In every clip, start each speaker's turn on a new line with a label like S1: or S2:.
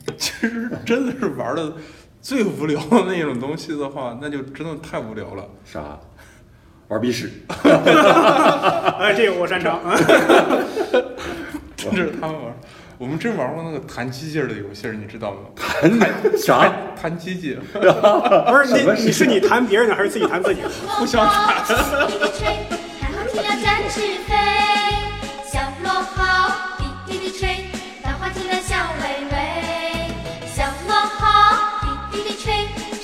S1: 其实真的是玩的最无聊的那种东西的话，那就真的太无聊了。
S2: 啥？玩鼻屎？
S3: 哎，这个我擅 长。
S1: 真是他们玩儿，我们真玩过那个弹机器人的游戏儿，你知道吗？
S2: 弹啥？
S1: 弹弹机器，
S3: 不是
S2: 什么
S3: 你，
S2: 事
S3: 你是你弹别人的还是自己弹自己？
S1: 互相弹。
S4: 吹，太阳听了展翅飞，小螺号滴滴滴吹，稻花听了笑微微。小螺号滴滴滴吹，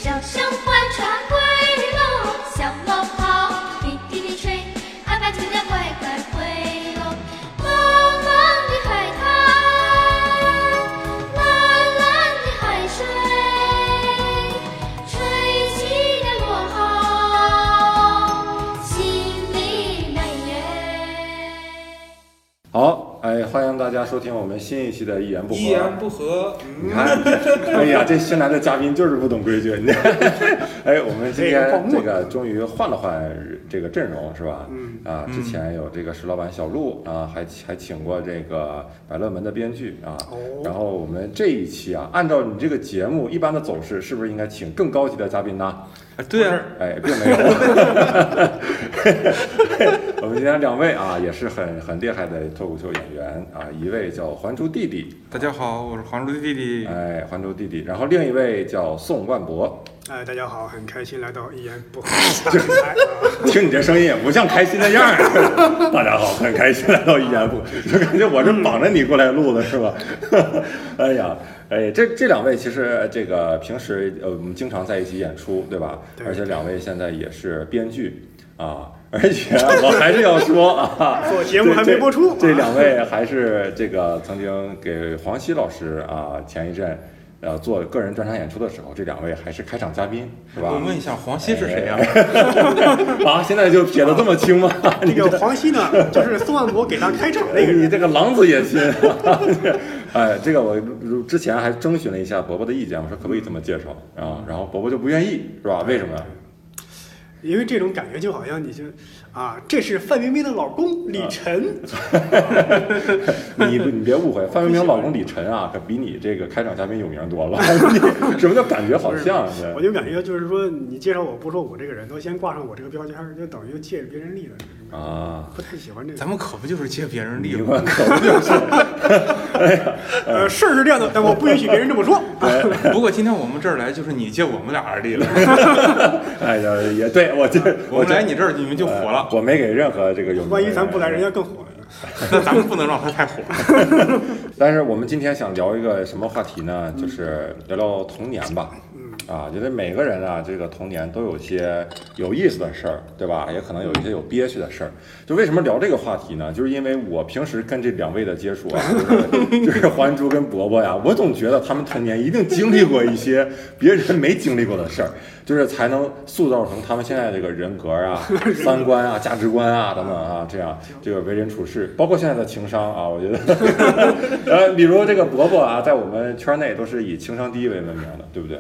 S4: 声声唤传归喽。小螺号滴滴滴吹，阿爸听了快快回喽。茫茫的海滩，蓝蓝的海水。吹起了落后，心里难言。
S2: 好，哎，欢迎大家收听我们新一期的《一言不合》。
S5: 一言不合，
S2: 你看，哎呀，这新来的嘉宾就是不懂规矩。 你看，哎，我们今天这个终于换了换这个阵容是吧？
S3: 嗯
S2: 啊，之前有这个石老板小鹿啊，还还请过这个百乐门的编剧啊。
S3: 哦
S2: 然后我们这一期啊，按照你这个节目一般的走势，是不是应该请更高级的嘉宾 呢？
S1: 哎对啊，
S2: 哎，并没有。 我们今天两位啊，也是很很厉害的脱口秀演员啊，一位叫还珠弟弟，
S1: 大家好，我是黄叔的弟弟。
S2: 哎，还珠弟弟，然后另一位叫宋万博，
S3: 哎，大家好，很开心来到一言不合的电台 啊。
S2: 听你这声音也不像开心的样儿。 大家好，很开心来到一言不，就感觉我是绑着你过来录的是吧？ 哎呀，哎，这这两位其实呃这个平时呃我们经常在一起演出，对吧？
S3: 对，
S2: 而且两位现在也是编剧啊。而且我还是要说 啊
S3: 做节目还没播出
S2: 这这两位还是这个曾经给黄西老师啊，前一阵呃做个人专场演出的时候，这两位还是开场嘉宾，是吧？
S1: 我问一下，黄西是谁呀、
S2: 哎啊，现在就撇得这么清吗？
S3: 这个黄西呢，就是宋万博给他开场那个
S2: 你
S3: 人。
S2: 这个狼子野心，哎，这个我之前还征询了一下伯伯的意见，我说可不可以这么介绍啊？然后伯伯就不愿意，是吧？为什么呀？
S3: 因为这种感觉就好像你就啊，这是范冰冰的老公
S2: 啊
S3: 李晨，
S2: 你你别误会，范冰冰老公李晨啊，可比你这个开场嘉宾有名多了。 什么叫感觉好像？
S3: 我就感觉就是说，你介绍我不说我这个人，都先挂上我这个标签儿，就等于借着别人力了，
S2: 对啊，
S3: 不太喜欢这 个
S1: 咱。们可不就是借别人力
S2: 你
S1: 吗？
S2: 们可不就是
S3: 呃，事儿是这样的，但我不允许别人这么说。
S1: 不过今天我们这儿来，就是你借我们俩的力了。
S2: 哎呀，也对我
S3: 啊
S2: 这
S1: 我们
S2: 这
S1: 来你这儿，你们就火了。
S2: 我没给任何这个有名的
S3: 万一
S2: 人
S3: 咱不来，人家更火了呢。
S2: 哎
S1: 那咱们不能让他太火。
S2: 但是我们今天想聊一个什么话题呢？就是聊聊童年吧。嗯，啊，觉得每个人啊，这个童年都有些有意思的事儿，对吧？也可能有一些有憋屈的事儿。就为什么聊这个话题呢？就是因为我平时跟这两位的接触啊， 就是就是还珠跟伯伯呀，我总觉得他们童年一定经历过一些别人没经历过的事儿，就是才能塑造成他们现在这个人格啊、三观啊、价值观啊等等啊，这样这个为人处事，包括现在的情商啊，我觉得。呃，比如这个伯伯啊，在我们圈内都是以情商低为闻名的，对不对？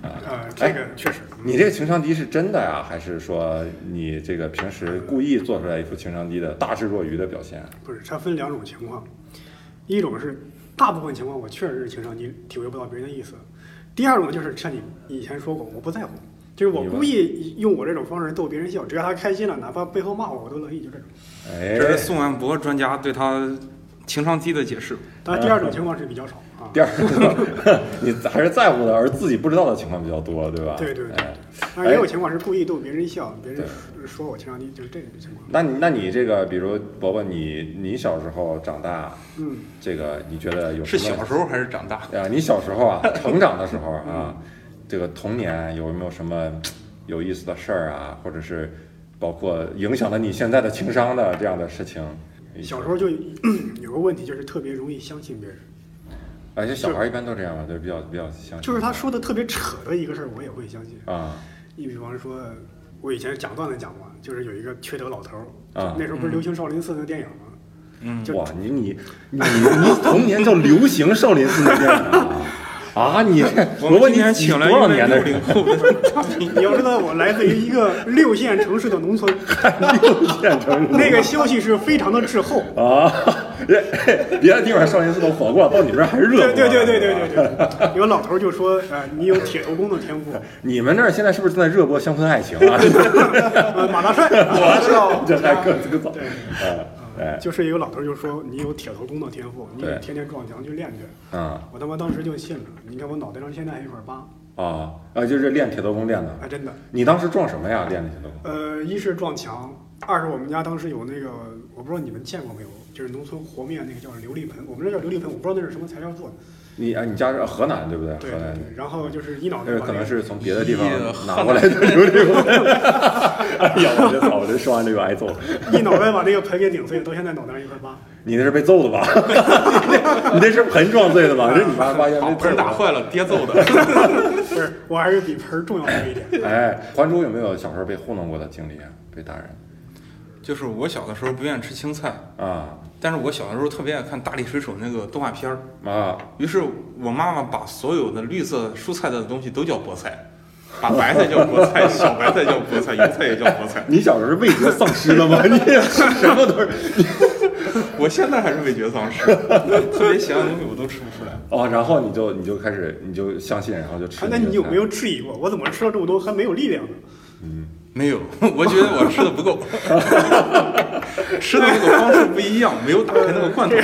S3: 呃，
S2: 哎
S3: 这个确实，
S2: 你这个情商低是真的呀，还是说你这个平时故意做出来一副情商低的大智若愚的表现？啊
S3: 不是它分两种情况，一种是大部分情况我确实是情商低，体会不到别人的意思；第二种就是像你以前说过，我不在乎，就是我
S2: 明白
S3: 故意用我这种方式逗别人笑，只要他开心了，哪怕背后骂我，我都乐意，就这种。
S2: 哎，
S1: 这是宋安博专家对他情商低的解释。
S3: 当然，第二种情况是比较少啊。
S2: 第二个， 你还是在乎的，而自己不知道的情况比较多，对吧？
S3: 对对对
S2: 哎，
S3: 当然也有情况是故意逗别人笑，别人说我情商低，就是这种情况。
S2: 那你那你这个，比如伯伯，你你小时候长大，
S3: 嗯，
S2: 这个你觉得有
S1: 是
S2: 什么
S1: 小时候还是长大？
S2: 啊，你小时候啊，成长的时候啊，这个童年有没有什么有意思的事儿啊，或者是包括影响了你现在的情商的这样的事情？
S3: 小时候就 有个问题，就是特别容易相信别人，
S2: 候，而且小孩儿一般都这样吧，对，比较比较相信。
S3: 就是他说的特别扯的一个事儿，我也会相信。
S2: 啊，
S3: 你比方说，我以前讲段子讲过，就是有一个缺德老头儿，
S2: 啊
S3: 就那时候不是流行少林寺那电影吗？
S1: 嗯
S3: 就
S2: 哇，你你你你童年叫流行少林寺那电影啊，啊，你
S1: 我
S2: 罗
S1: 们
S2: 伯，
S1: 今
S2: 你
S1: 天
S2: 你
S1: 请来
S2: 多少
S1: 一位
S2: 年
S1: 六
S2: 的
S1: 零
S2: 人？
S1: 后的嘉宾，
S3: 你要知道，我来自于一个六线城市的农村，
S2: 县城
S3: 那个消息是非常的滞后。
S2: 啊，别别的地方少林寺都火过，到你们这儿还热
S3: 对
S2: 乎。
S3: 对对对对对 对，有老头儿就说，呃，你有铁头功的天赋，
S2: 你们那儿现在是不是正在热播《乡村爱情》啊？
S3: 呃，马大帅，我知道
S2: 这还更更早。
S3: 对，
S2: 呃，哎，
S3: 就是一个老头儿就说你有铁头功的天赋，你得
S2: 对
S3: 天天撞墙去练去。
S2: 嗯
S3: 我他妈当时就信了，你看我脑袋上现在还有一块疤，
S2: 啊啊，就是练铁头功练的。
S3: 啊，真的。
S2: 你当时撞什么呀？练的铁头功？
S3: 呃，一是撞墙，二是我们家当时有那个，我不知道你们见过没有，就是农村和面那个叫琉璃盆，我们这叫琉璃盆，我不知道那是什么材料做的。
S2: 你啊，你家是河南对不对？
S3: 对
S2: 河
S3: 对
S2: 南
S3: 对，然后就是一脑袋
S2: 这
S3: 把
S2: 可能
S3: 那个
S2: 是从别的地方
S1: 哎呀
S2: 拿过来的琉璃光。 哎呀，我这操！我这说完这个挨揍。
S3: 一脑袋把那个盆给顶碎了，到现在脑袋上一块疤。
S2: 你那是被揍的吧？ 你这是盆撞碎的吧？这是你妈发现被
S1: 好
S2: 揍
S1: 被人
S2: 的
S1: 打
S2: 吧。
S1: 坏了，爹揍 的。
S3: 不是，我还是比盆儿重要多一点。
S2: 哎，还珠有没有小时候被糊弄过的经历啊？被大人
S1: 就是我小的时候不愿意吃青菜，
S2: 啊
S1: 但是我小的时候特别爱看《大力水手》那个动画片儿，
S2: 啊！
S1: 于是我妈妈把所有的绿色蔬菜的东西都叫菠菜，把白菜叫菠菜，小白菜叫菠菜，油菜也叫菠菜。
S2: 你小时候是味觉丧失了吗？ 你什么都是
S1: 我现在还是味觉丧失，特别咸的东西我都吃不出来。
S2: 哦，然后你就你就开始你就相信，然后就吃
S3: 啊
S2: 个菜。
S3: 那你有没有质疑过，我怎么吃了这么多还没有力量呢？
S1: 没有，我觉得我吃的不够， 吃的那个方式不一样，没有打开那个罐头。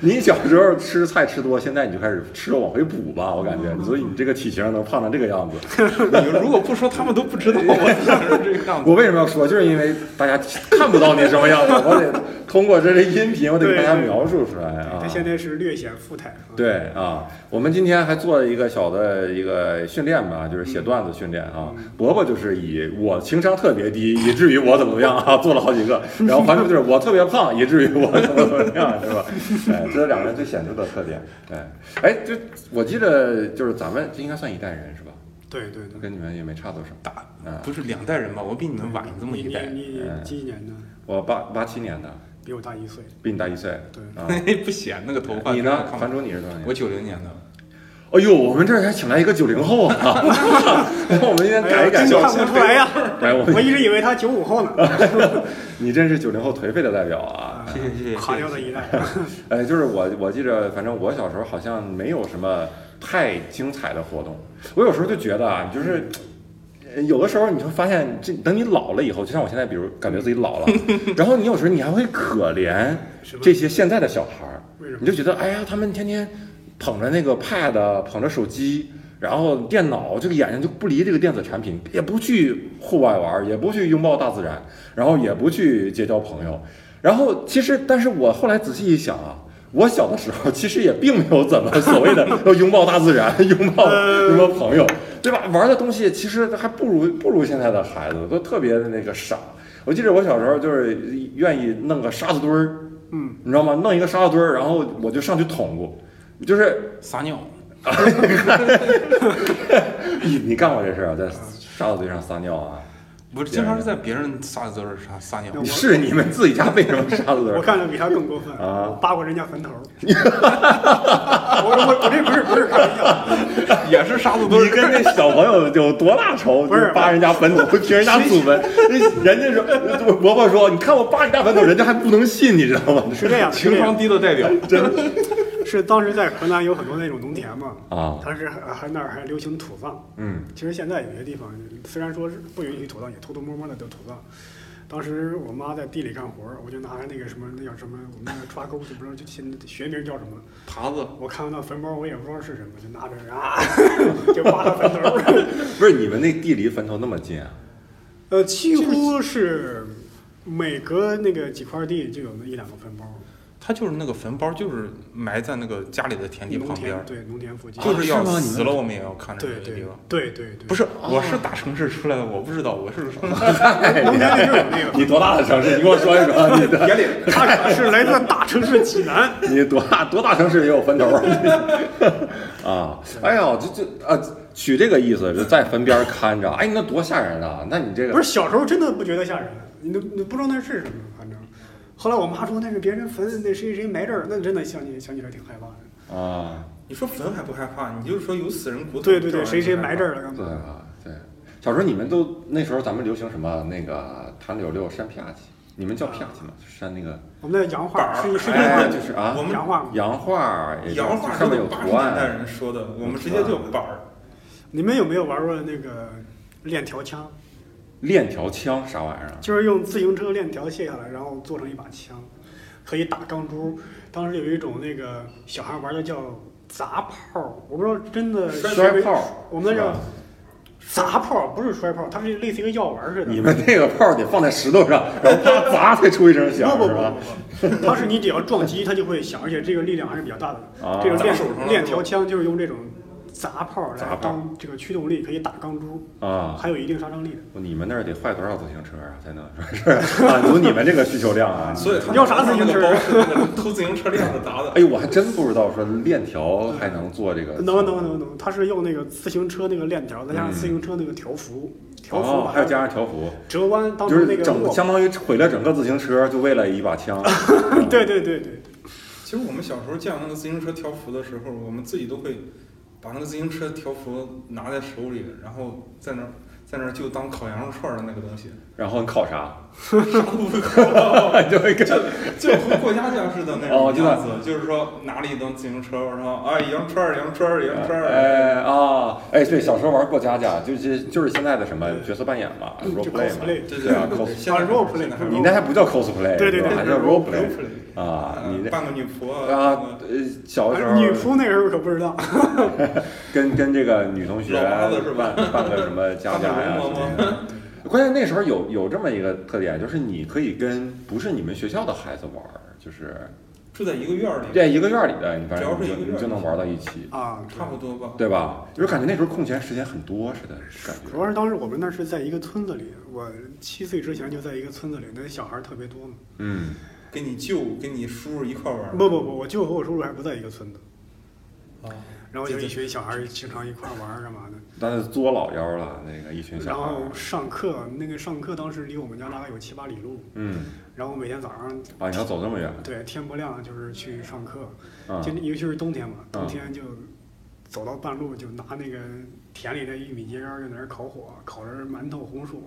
S2: 你小时候吃菜吃多，现在你就开始吃肉往回补吧，我感觉，
S3: 哦
S2: 所以你这个体型能胖成这个样子。
S1: 你如果不说，他们都不知道我想是这个样子。
S2: 我为什么要说？就是因为大家看不到你什么样子，我得通过这些音频，我得给大家描述出来啊
S3: 他。现在是略显富态。啊，
S2: 对啊，我们今天还做了一个小的一个训练吧，就是
S3: 嗯
S2: 写段子训练啊。伯伯就是以我情商特别低，以至于我怎么怎么样啊，做了好几个。然后还珠就是我特别胖，以至于我怎么怎么样，是吧？哎，这是两个人最显著的特点。哎，哎，就我记得就是咱们这应该算一代人是吧？
S3: 对对对。
S2: 跟你们也没差多少。
S1: 打
S2: 嗯
S1: 不是两代人吧？我比你们晚这么
S3: 你
S1: 一
S3: 你
S1: 代，
S3: 你你几几年的？
S2: 我八八七年的，
S3: 比我大一岁。
S2: 比你大一岁。
S3: 对
S2: 啊。
S1: 不显那个头发。
S2: 你
S1: 真的
S2: 呢
S1: 看？不
S2: 樊主你是多少
S1: 我
S2: 年？
S1: 九零年的，
S2: 哎呦，我们这儿还请来一个九零后 啊！我们今天改一改
S3: 哎呀
S2: 小
S3: 真看不出来呀！
S2: 哎，我
S3: 我一直以为他九五后呢，
S2: 你真是九零后颓废的代表啊！
S1: 谢谢谢谢
S3: 垮
S1: 谢
S3: 掉
S1: 谢。
S3: 的一代。
S2: 哎，就是我我记着，反正我小时候好像没有什么太精彩的活动。我有时候就觉得啊，就是。呃有的时候你就发现，这等你老了以后，就像我现在，比如感觉自己 老了，然后你有时候你还会可怜
S3: 是吧
S2: 这些现在的小孩儿
S3: 为什么，
S2: 你就觉得哎呀，他们天天捧着那个 pad，捧着手机，然后电脑，这个眼睛就不离这个电子产品，也不去户外玩儿，也不去拥抱大自然，然后也不去结交朋友，然后其实，但是我后来仔细一想啊。我小的时候其实也并没有怎么所谓的 要拥抱大自然， 拥抱拥抱朋友，对吧？玩的东西其实还不如不如现在的孩子，都特别的那个傻。我记得我小时候就是愿意弄个沙子堆儿，
S3: 嗯，
S2: 你知道吗？弄一个沙子堆儿，然后我就上去捅咕，就是
S1: 撒尿，
S2: 你哎你干过这事儿啊，在沙子堆上撒尿啊？
S1: 我经常是在别人撒滋儿撒撒尿
S3: 那。我
S2: 你是你们自己家为什么沙子堆
S3: 我
S2: 儿？
S3: 看着比他更过分，
S2: 啊
S3: 我扒过人家坟头。我 我我这不是不是开玩笑，
S1: 也是沙子堆
S2: 你跟
S1: 儿。
S2: 那小朋友有多大仇？
S3: 不是
S2: 就扒人家坟头，评人家祖坟，人家说，呃伯伯说，你看我扒人家坟头，人家还不能信，你知道吗？
S3: 是这样，是
S1: 情
S3: 这
S1: 商
S3: 样，
S1: 低的代 表，
S3: 是当时在河南有很多那种农田嘛，
S2: 啊，
S3: 当时还还那儿还流行土葬。
S2: 嗯，
S3: 其实现在有些地方虽然说是不允许土葬，也偷偷摸摸的就土葬。当时我妈在地里干活儿，我就拿那个什么那叫什么，我们那个抓钩子，不知道这现在学名叫什么。
S1: 耙子
S3: 我看到那坟包，我也不知道是什么，就拿着啊， 就扒拉坟头儿。
S2: 不是你们那地离坟头那么近啊？
S3: 呃，几乎是每隔那个几块地就有那一两个坟包，
S1: 他就是那个坟包，就是埋在那个家里的田地
S3: 农
S1: 旁边
S3: 田
S1: 儿，
S3: 对农田附近，
S1: 就是要
S2: 啊是吗你们
S1: 死了我们也要看着
S3: 对
S1: 这个
S3: 对
S1: 地方。
S3: 对对对，
S1: 不是，我是大城市出来的，我不知道，我是
S3: 农田里就有那个，
S2: 你多大的城市？你给我说一说，你的
S1: 铁岭。
S3: 他是来自大城市济 南。
S2: 你多大多大城市也有坟头啊？ 啊，哎呀，这这啊，取这个意思，就在坟边看着，哎，那多吓人啊！那你这
S3: 不
S2: 个
S3: 是小时候真的不觉得吓人，你都你都不知道那是什么，反正。后来我妈说那是别人坟，那谁谁谁埋这儿，那真的想起想起来挺害怕的。
S2: 啊，
S1: 你说坟还不害怕，你就是说有死人骨头。
S3: 对对对，谁谁埋这
S1: 儿？
S3: 儿了？刚才
S2: 对啊，对。小时候你们都那时候咱们流行什么那个弹柳柳扇啪叽，你们叫啪叽吗？就是扇那个，
S3: 我们的洋
S1: 板
S3: 画
S1: 儿
S3: 是一是一句
S2: 哎，
S3: 话，
S2: 就是啊
S1: 我，们
S3: 洋画。
S2: 洋画，也叫
S1: 洋话
S2: 上
S1: 都
S2: 面
S1: 是
S2: 有
S1: 八十
S2: 图
S1: 年代
S2: 案，
S1: 人说的，我们直接就板儿。
S3: 你们有没有玩过那个链条枪？
S2: 链条枪啥玩意儿啊？
S3: 就是用自行车链条卸下来，然后做成一把枪，可以打钢珠。当时有一种那个小孩玩的叫砸炮，我不知道真的
S2: 摔炮，
S3: 我们那
S2: 是
S3: 叫
S2: 吧
S3: 砸炮，不是摔炮，它是类似于一个药丸似的。
S2: 你 们那个炮得放在石头上，然后啪砸才出一声响，
S3: 不不
S2: 是
S3: 不
S2: 吧？
S3: 不不，它是你只要撞击，它就会响，而且这个力量还是比较大的。
S2: 啊
S3: 这个
S1: 砸手上了是吧
S3: 链链条枪就是用这种砸炮
S2: 砸
S3: 来
S2: 炮
S3: 当这个驱动力，可以打钢珠，
S2: 啊，
S3: 还有一定杀伤力的。
S2: 你们那儿得坏多少自行车啊，才能说是 满足你们这个需求量 啊？
S1: 所以他们
S3: 你要啥自行
S1: 那
S3: 车
S1: 个包是那个偷自行车链子砸的。
S2: 哎呦，我还真不知道说链条还能做这个。
S3: 能能能能，它是用那个自行车那个链条，再加上
S2: 嗯
S3: 自行车那个条幅，条幅
S2: 哦
S3: 把，
S2: 还
S3: 它
S2: 要加上条幅，
S3: 折弯当
S2: 就
S3: 成
S2: 是
S3: 那个
S2: 整
S3: 握
S2: 相当于毁了整个自行车，就为了一把 枪。
S3: 对对对对，
S1: 其实我们小时候见到那个自行车条幅的时候，我们自己都会把那个自行车条幅拿在手里，然后在那儿在那儿就当烤羊肉串儿的那个东西，
S2: 然后你考啥？
S1: 啥都不
S3: 哦
S1: 烤，
S2: 就会跟
S1: 就就和过家家似的那
S2: 哦
S1: 种
S2: 就那
S1: 样子，就是说拿了一蹬自行车，然后哎羊串儿羊串儿羊串儿，
S2: 哎啊，哎，对，小时候玩过家家，就是就是现在的什么角色扮演嘛
S3: 嗯就
S2: ，roleplay 嘛
S3: cosplay，
S1: 对
S2: 对 啊
S1: 对，
S2: ，cos，
S1: 现在
S3: 啊，roleplay，
S1: 现在还
S2: 你那还不叫 cosplay，
S3: 对对对
S2: 是吧还叫 roleplay 啊，
S1: 呃
S2: 你那
S1: 扮个女仆
S2: 啊，呃，小时候
S3: 女仆那个时候可不知道，
S2: 跟跟这个女同学
S1: 老妈子是吧
S2: 办办个什么家家呀
S1: 办个
S2: 什
S1: 容嬷
S2: 么的。关键那时候有有这么一个特点，就是你可以跟不是你们学校的孩子玩儿，就是
S1: 住在一个院儿里，
S2: 在一个院儿里的，你反正
S1: 只
S2: 你
S1: 要是一
S2: 就
S1: 个
S2: 你
S1: 院儿
S2: 就能玩到一起，
S3: 啊，
S1: 差
S2: 嗯
S1: 不多吧。
S2: 对吧？就是感觉那时候空闲时间很多似的，感
S3: 主要
S2: 觉。
S3: 是当时我们那是在一个村子里，我七岁之前就在一个村子里，那小孩儿特别多嘛。
S2: 嗯，
S1: 跟你舅、跟你叔一块儿玩儿。
S3: 不不不，我舅和我叔叔还不在一个村子，
S1: 啊，
S3: 然后有一群小孩儿经常一块儿玩儿干嘛的。
S2: 但是作老妖了，那个一群
S3: 然
S2: 小孩
S3: 后
S2: 儿。
S3: 上课，那个上课当时离我们家大概有七八里路，
S2: 嗯，
S3: 然后每天早上
S2: 啊，你要走这么远
S3: 对天不亮就是去上课，
S2: 啊
S3: 就？尤其是冬天嘛，
S2: 嗯
S3: 冬天就走到半路就拿那个田里的玉米秸秆儿就在那儿烤火，烤着馒头、红薯，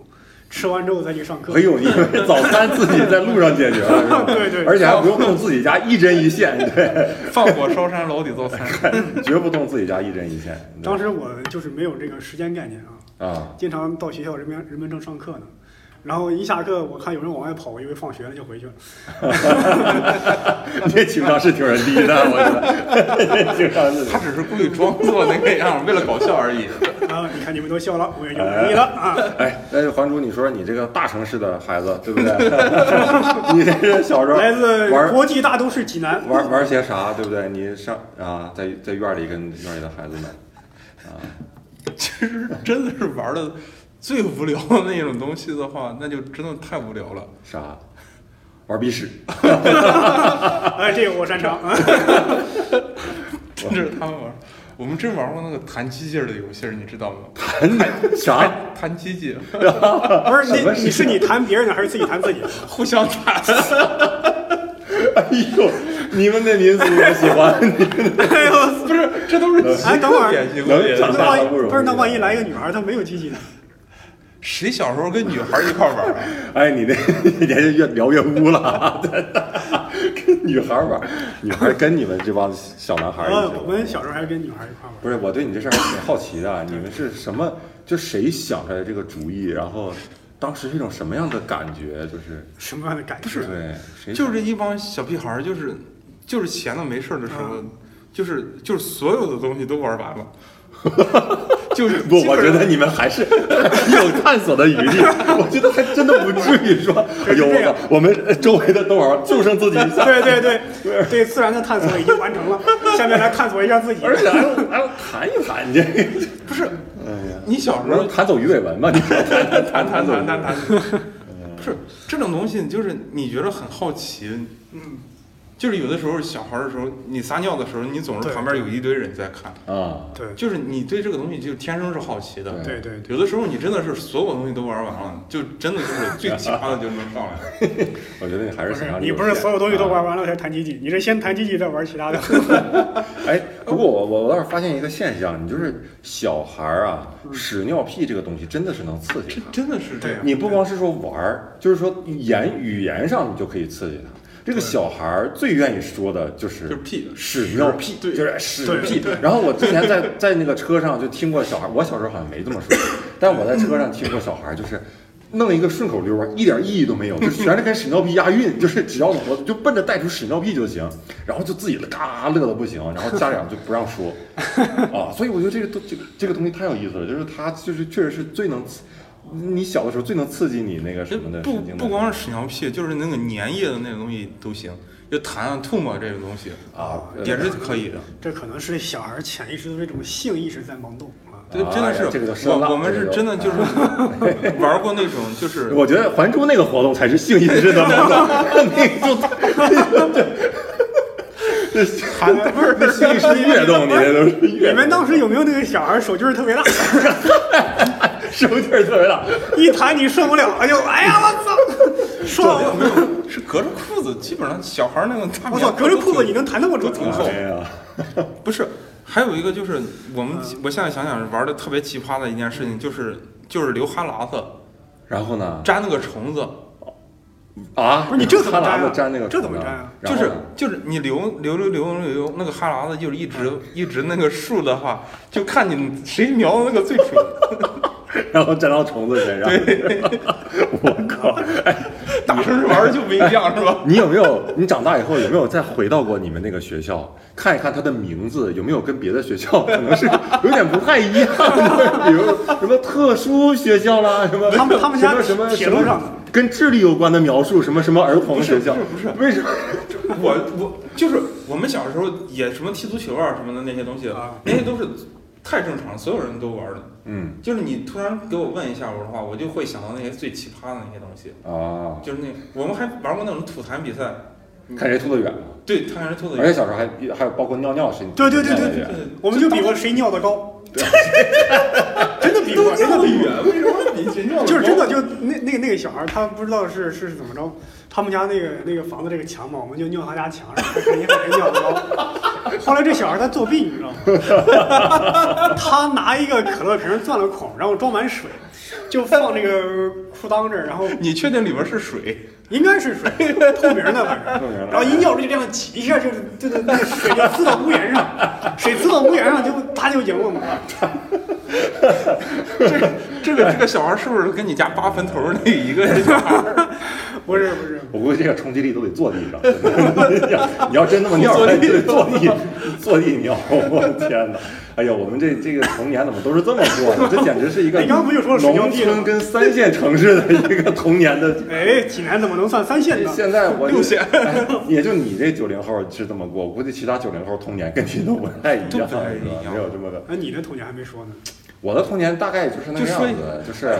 S3: 吃完之后再去上课。
S2: 哎呦，你们早餐自己在路上解决了，是吧
S3: 对对
S2: 而且还不用动自己家一针一线，对，
S1: 放火烧山，牢底造餐。
S2: 绝不动自己家一针一线。对
S3: 当时我就是没有这个时间概念啊，
S2: 啊，
S3: 经常到学校人民人民正上课呢，然后一下课我看有人往外跑，我以为放学了就回去了。
S2: 你这情商是挺人低 的，我觉得，你这情商是 挺
S1: 他只是故意装作那个样儿，为了搞笑而已。
S3: 啊，你看你们都笑了，我也有能力了啊。
S2: 哎，那就还珠，你说你这个大城市的孩子，对不 对？你这是小时候
S3: 来自
S2: 哎玩
S3: 国际大都市济南，
S2: 玩玩些啥，对不对？你上啊，在在院里跟院里的孩子们啊，
S1: 其实真的是玩的最无聊的那种东西的话，那就真的太无聊了。
S2: 啥玩鼻屎，
S3: 哎，这个我擅 长。啊
S1: 这是他们玩儿。我们真玩过那个弹机器儿的游戏儿，你知道吗？
S2: 哎 啥？
S1: 弹机器，
S3: 不是
S2: 什么
S3: 你，你是你弹别人的还是自己弹自己的？
S1: 互相弹。
S2: 哎呦，你们的民族我喜欢， 你
S3: 哎呦，
S1: 不是，这都是
S3: 哎等会儿
S1: 典型的
S2: 能长
S3: 那
S2: 大
S1: 人。
S3: 万
S2: 不容易啊
S3: 一不是那万一来一个女孩儿，她没有机器呢？
S1: 谁小时候跟女孩儿一块儿玩儿啊？
S2: 哎，你这你这就越聊越污了，啊真的。 跟女孩玩，女孩跟你们这帮小男孩一起
S3: 啊
S2: 玩。，
S3: 我们小时候还跟女孩儿一块儿玩。
S2: 不是，我对你这事儿还挺好奇的，你们是什么？就谁想出来这个主意？然后当时是一种什么样的感觉？就是
S3: 什么样的感觉？
S2: 对，谁
S1: 就是一帮小屁孩儿，就是就是闲的没事儿的时候
S3: 嗯，
S1: 就是就是所有的东西都玩完了，就是
S2: 不，
S1: 基
S2: 我
S1: 本
S2: 觉
S1: 上
S2: 得你们还是 有探索的余地。我觉得还真的不至于 说，哎呦，我靠我们周围的都玩完，就剩自己一下。
S3: 对对对，对自然的探索已经完成了，下面来探索一下自己。
S2: 而且还要还要谈一谈，你这个，
S1: 不是
S2: 哎呀，
S1: 你小时
S2: 能
S1: 候
S2: 谈走鱼尾纹吗？你谈
S1: 谈
S2: 谈
S1: 谈
S2: 走鱼
S1: 谈谈
S2: 尾纹。
S1: 谈，不是这种东西，就是你觉得很好奇，嗯，就是有的时候小孩儿的时候，你撒尿的时候，你总是
S3: 对
S1: 旁边有一堆人在看，
S2: 啊，
S3: 对
S1: 就是你对这个东西就天生是好奇的。
S3: 对对对，
S1: 有的时候你真的是所有东西都玩完了，就真的就是最假的就能上来了。
S2: 我觉得你还
S3: 不
S2: 是
S3: 是
S2: 想象力
S3: 你不是
S2: 限
S3: 所有东西都
S2: 啊
S3: 玩完了才弹几几，你是先弹几几再玩其他的。
S2: 哎，不过我我我倒是发现一个现象，你就是小孩儿啊，屎尿屁这个东西真的是能刺
S1: 这
S2: 激他。
S1: 真的是这样。
S2: 你不光是说玩儿，就是说言语言上你就可以刺激他。这个小孩儿最愿意说的就是
S1: 就是屁
S2: 屎尿屁，
S1: 对
S2: 就是屎
S3: 对
S2: 屁。然后我之前在在那个车上就听过小孩儿，我小时候好像没这么说，但我在车上听过小孩儿就是。弄一个顺口溜啊，一点意义都没有，就全是跟屎尿屁押韵，就是只要怎么就奔着带出屎尿屁就行，然后就自己嘎乐的不行，然后家长就不让说 啊，所以我觉得这个东这个这个东西太有意思了，就是它就是确实是最能刺，你小的时候最能刺激你那个什
S1: 这
S2: 么的
S1: 不
S2: 神经的
S1: 不光是屎尿屁，就是那个粘液的那个东西都行，就痰啊、吐沫这个东西
S2: 啊，
S1: 也是可以的。
S3: 这可能是小孩潜意识的这种性意识在萌动啊。
S1: 对，真的
S2: 哎呀
S1: 是，
S2: 这个就深了
S1: 我我们
S2: 这个
S1: 是
S2: 就
S1: 真的就是 玩过那种就是
S2: 我觉得《还珠》那个活动才是性意识的萌动， 那个就 这这韩不是 那性意识跃动，你这都是
S3: 你
S2: 跃
S3: 们
S2: 动，
S3: 当时有没有那个小孩手劲儿特别大，
S2: 是不是劲儿特别大？
S3: 一弹你受不了，哎呦，哎呀，我操！说
S1: 没有
S3: 我，
S1: 没有是隔着裤子，基本上小孩儿那个大
S3: 我操，
S1: 棉
S3: 隔着裤子你能弹那么
S1: 都
S3: 准？
S1: 挺厚。
S2: 哎呀，
S1: 不是，还有一个就是我们我现在想想玩的特别奇葩的一件事情，就是就是流哈喇子
S2: 然后呢？
S1: 粘那个虫子，
S2: 啊，
S3: 不是你这怎么粘啊
S2: 哈喇子粘那个
S3: 这怎么
S2: 虫
S3: 粘啊
S2: 然
S1: 就
S2: 后
S1: 是
S2: 呢
S1: 就是你流流流流流流那个哈喇子，就是一直一直那个竖的话，就看你谁瞄那个最准。
S2: 然后粘到虫子身上。我靠！哎，
S1: 打成玩儿就不一样是吧？
S2: 你有没有？你长大以后有没有再回到过你们那个学校，看一看它的名字有没有跟别的学校可能是有点不太一样的？比如什么特殊学校啦，什么
S3: 他们他们家
S2: 什么什么
S3: 铁
S2: 什
S3: 路上
S2: 么跟智力有关的描述，什么什么儿童学校？
S1: 不是
S2: 为什么？
S1: 我我就是我们小时候也什么踢足球啊什么的那些东西
S3: 啊，
S1: 那些都是太正常了，所有人都玩儿的。
S2: 嗯
S1: 就是你突然给我问一下我的话，我就会想到那些最奇葩的那些东西。
S2: 啊，
S1: 就是那我们还玩过那种吐痰比赛，
S2: 看谁吐得远。
S1: 对，看谁吐的
S2: 而且小时候还还有包括尿尿是你
S3: 对对对
S2: 看得
S3: 对
S2: 远
S1: 对，
S3: 我们就比过谁尿的高，真的比
S1: 哎都
S3: 过，真
S1: 尿
S3: 的
S1: 得
S3: 比过。
S1: 远，为什么比谁尿得
S3: 就是真
S1: 高
S3: 的，就那那个那个小孩儿，他不知道是是怎么着，他们家那个那个房子这个墙嘛，我们就尿他家墙上，看谁看谁尿得高。后来这小孩儿他作弊，你知道吗？ 他拿一个可乐瓶钻了孔，然后装满水，就放这个裤裆这儿，然后
S1: 你确定里边是水？
S3: 应该是水，透明的反
S2: 透明的
S3: 正，然后一尿出去这样挤一下就，就就那个水就滋到屋檐上，水滋到屋檐上就他就赢了嘛。
S1: 这个这个这个小孩是不是跟你家八分头那一个小孩？
S3: 不是不是，
S2: 我估计这个冲击力都得坐地上。 你要真那么尿，
S1: 坐地
S2: 就得坐地坐地尿。 我天哪！哎呀，我们这这个童年怎么都是这么过的？这简直是一
S1: 哎
S2: 个
S3: 你刚刚不就说了水
S2: 农
S3: 尿屁了
S2: 村
S3: 吗
S2: 跟三线城市的一个童年的。
S3: 哎，济南怎么能算三线呢？
S2: 现在我就
S1: 六线
S2: 哎也就你这九零后是这么过，我估计其他九零后童年跟你都不太一样，
S1: 都不太一样
S2: 是吧没有这么个。
S3: 哎，你的童年还没说呢。
S2: 我的童年大概就是那个
S1: 就说
S2: 样子，就是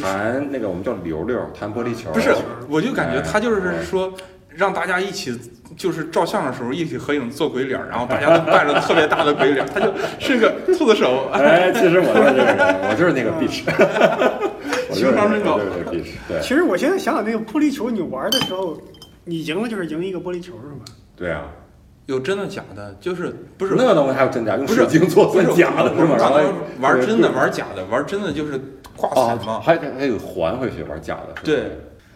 S2: 弹那个我们叫溜溜，弹玻璃 球。
S1: 不是，我就感觉他就是说让大家一起。就是照相的时候一起合影做鬼脸儿，然后大家都扮着特别大的鬼脸儿，他就是个兔子手，
S2: 哎，其实我就是这个人，我就是那个 bitch，我就是
S1: 嗯情商真高
S2: 我就是那个 bitch，对
S3: 其实我现在想想，那个玻璃球，你玩的时候，你赢了就是赢一个玻璃球是吧？
S2: 对啊，
S1: 有真的假的？就是不是
S2: 那个东西还有真假，用
S1: 不是
S2: 水晶做
S1: 不
S2: 算假的
S1: 我
S2: 是吗？然后
S1: 我玩真的玩假的，玩真的就是挂
S2: 啊
S1: 彩，嘛。
S2: 还还还有还回去玩假的，是吧
S1: 对。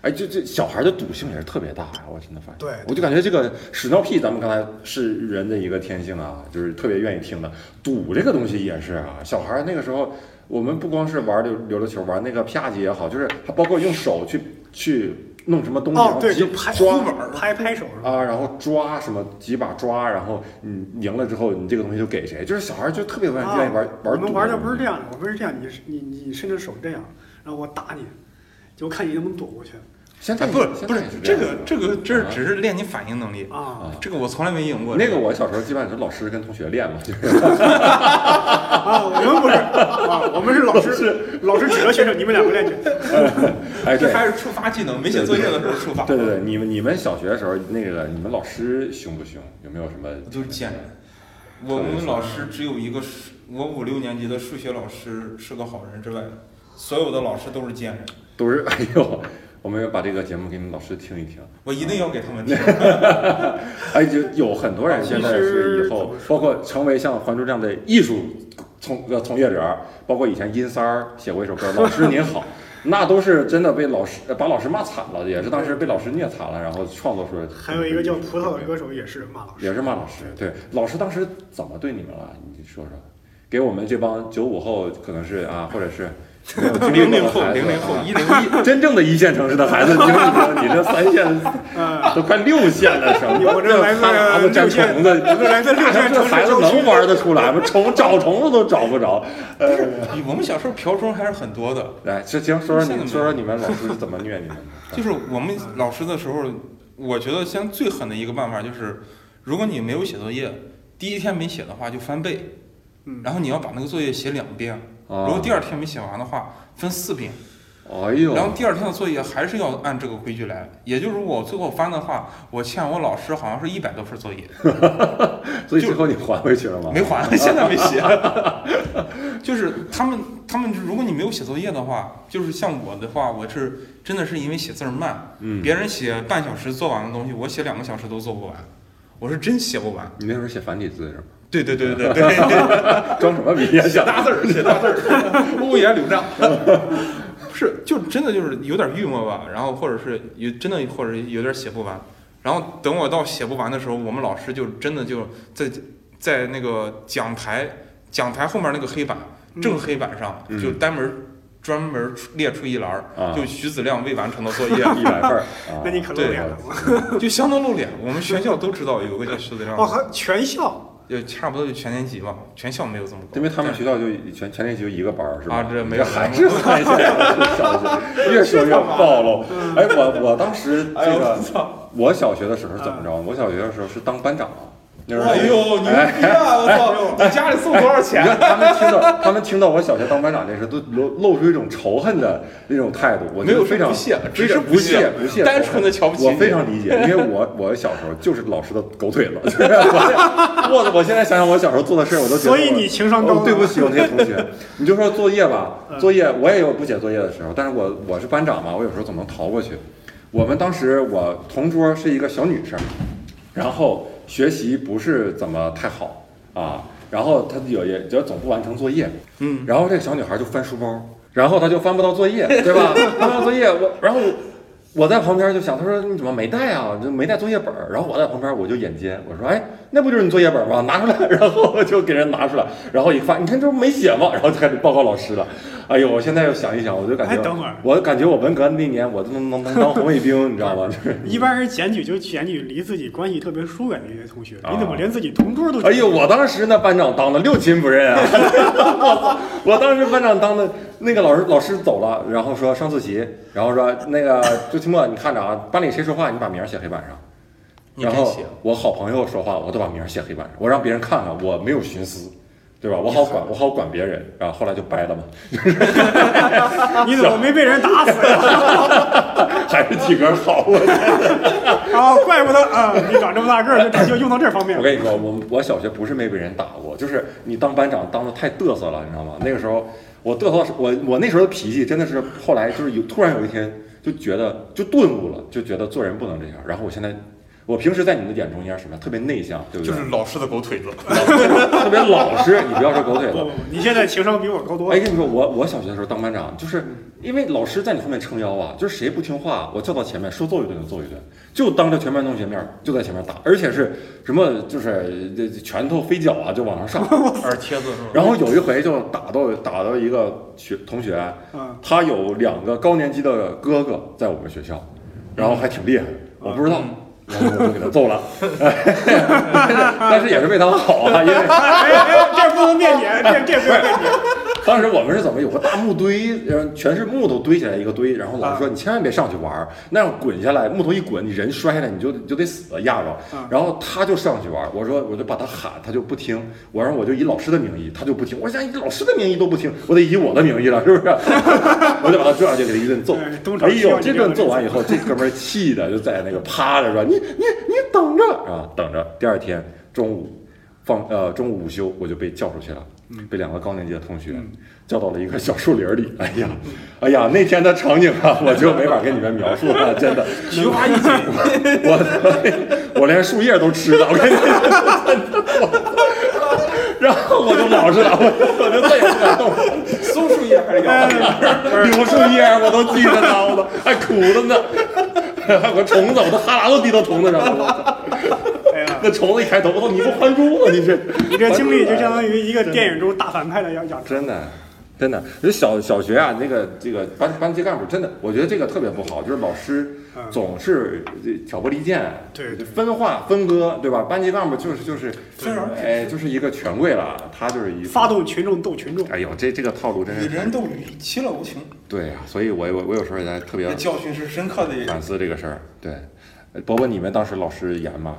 S2: 哎，这这小孩的赌性也是特别大啊呀、我真的发现。
S3: 对
S2: 我就感觉这个屎尿屁，咱们刚才是人的一个天性啊，就是特别愿意听的。赌这个东西也是啊，小孩那个时候，我们不光是玩溜溜溜球，玩那个啪叽也好，就是还包括用手去去弄什么东西，然
S3: 哦
S2: 后，
S3: 对，
S2: 直接
S3: 就拍
S2: 抓
S3: 拍拍手是吧？
S2: 啊，然后抓什么几把抓，然后你赢了之后，你这个东西就给谁，就是小孩就特别愿意愿意玩、
S3: 哦啊我
S2: 玩赌。
S3: 们玩的不是这样的，我们是这样，你是你你伸着手这样，然后我打你，就看你能不能躲过去
S2: 现在
S1: 哎，
S2: 也、
S1: 不是
S2: 现
S1: 不
S2: 在
S1: 是
S2: 也是
S1: 这
S2: 样
S1: 个
S2: 的
S1: 这个，这是
S2: 啊
S1: 只是练你反应能力。
S3: 啊
S1: 这个我从来没赢过。
S2: 那个我小时候基本上是老师跟同学练嘛，就是
S3: 啊！我们不是啊，我们是老师老师指着学生，你们两个练去。
S2: 哎，对
S1: 这，还是触发技能，没写作业的时候触发。
S2: 对
S3: 啊
S2: 对对，你们你们小学的时候那个你们老师凶不凶？有没有什么？
S1: 就是贱人。我我们老师只有一个数，我五六年级的数学老师是个好人之外，所有的老师都是贱人。
S2: 都是 哎呦，我们要把这个节目给你们老师听一听。
S1: 我一定要给他们听。
S2: 哎，就有很多人现在是以后
S3: 哦其实，
S2: 包括成为像《还珠》这样的艺术从呃从业者，包括以前殷三儿写过一首歌《老师 您好》，那都是真的被老师呃把老师骂惨了，也是当时被老师虐惨了，然后创作出来的。
S3: 还有一个叫葡萄的歌手也是骂老师，
S2: 也是骂老师，对，老师当时怎么对你们了？你说说，给我们这帮九五后，可能是啊，或者是没有经历
S1: 零
S2: 过
S1: 零
S2: 的
S1: 后，
S2: 孩子
S1: 零零后
S2: 啊，
S1: 一零一，
S2: 真正的一线城市的孩子，你说你这三线
S3: 嗯，
S2: 都快六线了，什么？
S3: 有这来自
S2: 哈喇子粘
S3: 六线
S2: 虫子，
S3: 有的来 自六线
S2: 哎这
S3: 城市
S2: 孩子
S3: 郊区
S2: 能玩得出来吗？虫找虫子都找不着。呃，
S1: 比我们小时候瓢虫还是很多的。
S2: 来，这行，说说
S1: 现在没
S2: 你，
S1: 有
S2: 说说你们老师是怎么虐你 们的？
S1: 就是我们老师的时候，我觉得先最狠的一个办法就是，如果你没有写作业，第一天没写的话就翻倍，
S3: 嗯，
S1: 然后你要把那个作业写两遍，
S2: 啊
S1: 如果第二天没写完的话分四遍，
S2: 哎呦，
S1: 然后第二天的作业还是要按这个规矩来。也就是如果我最后翻的话，我欠我老师好像是一百多份作业，
S2: 所以最后你还回去了吗？
S1: 没还，现在没写。就是他们，他们如果你没有写作业的话，就是像我的话，我是真的是因为写字儿慢，
S2: 嗯，
S1: 别人写半小时做完的东西，我写两个小时都做不完，我是真写不完。
S2: 你那时候写繁体字是吗？
S1: 对对对对对对，
S2: 装什么逼呀？
S1: 写大字儿，写大字儿，乌烟柳瘴。不是，就真的就是有点郁闷吧，然后或者是有真的或者有点写不完，然后等我到写不完的时候，我们老师就真的就在在那个讲台讲台后面那个黑板正黑板上
S2: 嗯
S1: 就单门专门列出一栏儿，
S2: 啊
S1: 就徐子亮未完成的作 业，
S2: 一百份儿，啊
S3: 那你可露
S1: 对
S3: 脸了。
S1: 就相当露脸。我们全校都知道有个叫徐子亮
S3: 哦，
S1: 的，
S3: 还全校
S1: 就差不多就全年级吧，全校没有这么高，
S2: 因为他们学校就全全年级就一个班儿是吧？
S1: 啊这没有
S2: 还是还是少学，越说越暴露。哎，我我当时这
S1: 嗯哎呦
S2: 个
S1: 我操！
S2: 我小学的时候是怎么着？我小学的时候是当班长，那时候
S1: 哎呦，牛逼啊！我 操，你家里送多少
S2: 你
S1: 钱？
S2: 看他们听到他们听到我小学当班长这事，都露露出一种仇恨的那种态度，我
S1: 没
S2: 就
S1: 有
S2: 非
S1: 说
S2: 常
S1: 不屑
S2: 非
S1: 只是
S2: 常不
S1: 不屑
S2: 不屑，
S1: 单纯地瞧不起
S2: 我
S1: 你
S2: 非常理解，因为我我小时候就是老师的狗腿子， 就是我我我现在想想我小时候做的事儿，我都觉得
S3: 所以
S2: 我
S3: 你情商高
S2: 哦
S3: 啊
S2: 对不起，我那些同 学，你就说作业吧，
S3: 嗯
S2: 作业我也有不写作业的时候，但是我我是班长嘛，我有时候总能逃过去。我们当时我同桌是一个小女生，然后学习不是怎么太好啊，然后她有也也总不完成作业，
S1: 嗯，
S2: 然后这小女孩就翻书包，然后她就翻不到作 业，对吧？翻不到作业，我然后我我在旁边就想，她说你怎么没带啊？就没带作业本儿。然后我在旁边我就眼尖，我说哎，那不就是你作业本吗？拿出来， 然后我就给人拿出来，然后一看，你看这不没写吗？然后就开始报告老师了。哎呦，我现在又想一想，我就感觉，
S3: 哎等会儿
S2: 我感觉我文革那年我都能能能当红卫兵，你知道 吗？ 就是
S3: 一般人检举就检举离自己关系特别疏远的一些同学，
S2: 啊
S3: 你怎么连自己同桌都？
S2: 哎呦，我当时那班长当的六亲不认啊！ 我当时班长当的那个老师，老师走了，然后说上自习，然后说那个周清墨，你看着啊，班里谁说话，你把名儿写黑板上。
S1: 你
S2: 然
S1: 真
S2: 后
S1: 写，
S2: 我好朋友说话，我都把名儿写黑板上，我让别人看看我没有徇私，对吧？我好 管，我好管别人。然后后来就掰了嘛，
S3: 你怎么没被人打死呀？
S2: 还是体格好。我
S3: 啊，怪不得啊，你长这么大个儿就就用到这方面
S2: 我
S3: 了。
S2: 跟你说，我我小学不是没被人打过，就是你当班长当的太嘚瑟了，你知道吗？那个时候我嘚瑟到是，我我那时候的脾气真的是后来就是有突然有一天就觉得就顿悟了，就觉得做人不能这样。然后我现在，我平时在你们眼中应该是什么？特别内向，对不对？
S1: 老师的狗腿子。
S2: 特别老实，你不要说狗腿
S3: 不
S2: 子
S3: 不。不，你现在情商比我高多
S2: 哎，
S3: 了。
S2: 跟你说，我我小学的时候当班长，就是因为老师在你后面撑腰啊，就是谁不听话，我叫到前面说揍一顿就揍一顿，就当着全班同学面儿就在前面打，而且是什么就是这拳头飞脚啊就往上上，
S1: 耳贴子是吧？
S2: 然后有一回就打到打到一个学同学，
S3: 嗯，
S2: 他有两个高年级的哥哥在我们学校，然后还挺厉害，我不知道。然 后我就给他揍了，但是也是为他好啊，因为
S3: 哎哎，这不能变脸，这这不要变脸。
S2: 当时我们是怎么有个大木堆，然后全是木头堆起来一个堆，然后老师说你千万别上去玩儿，那样滚下来木头一滚，你人摔下来你就你就得死压着
S3: 嗯。
S2: 然后他就上去玩儿，我说我就把他喊，他就不听，我让我就以老师的名义，他就不听，我想以老师的名义都不听，我得以我的名义了，是不是？ 我就把他拽上去给他一顿揍
S3: 哎东，厂
S2: 哎呦，
S3: 需要
S2: 这
S3: 你这样
S2: 顿
S3: 的
S2: 揍完以后，这哥们儿气的就在那个趴着说你你你等着啊，等着。第二天中午放呃中午午休，我就被叫出去了，被两个高年级的同学叫到了一个小树林里。哎呀，哎呀，那天的场景啊，我就没法跟你们描述了，真的，
S1: 菊花一紧，
S2: 我我连树叶都吃了，我跟你说。 然后我就老实了，我我就再也不敢动了。
S1: 松树叶还是
S2: 哎
S3: 哎
S1: 摇树叶？
S2: 柳树叶我都记着呢，我都还苦的呢。还有个虫子， 我都哈喇都滴到虫子上了。
S3: 哎呀，
S2: 那虫子一开头，我操，你不还珠了？你 这
S3: 你这经
S2: 哎
S3: 历就相当于一个电影中大反派的养养成。
S2: 真的，真的，这小小学啊，那个这个班班级干部真的，我觉得这个特别不好，就是老师
S3: 嗯
S2: 总是这挑拨离间，
S3: 对对
S2: 分化分割，对吧？班级干部就是就是
S3: 分而
S2: 哎，就是一个权贵了，他就是一个
S3: 发。动群众斗群众，
S2: 哎呦，这这个套路真
S1: 与
S2: 是
S1: 人斗与其乐无穷，
S2: 对呀、所以我我我有时候也在特别
S1: 这教训是深刻的。
S2: 反思这个事儿。对，呃伯伯，你们当时老师严吗？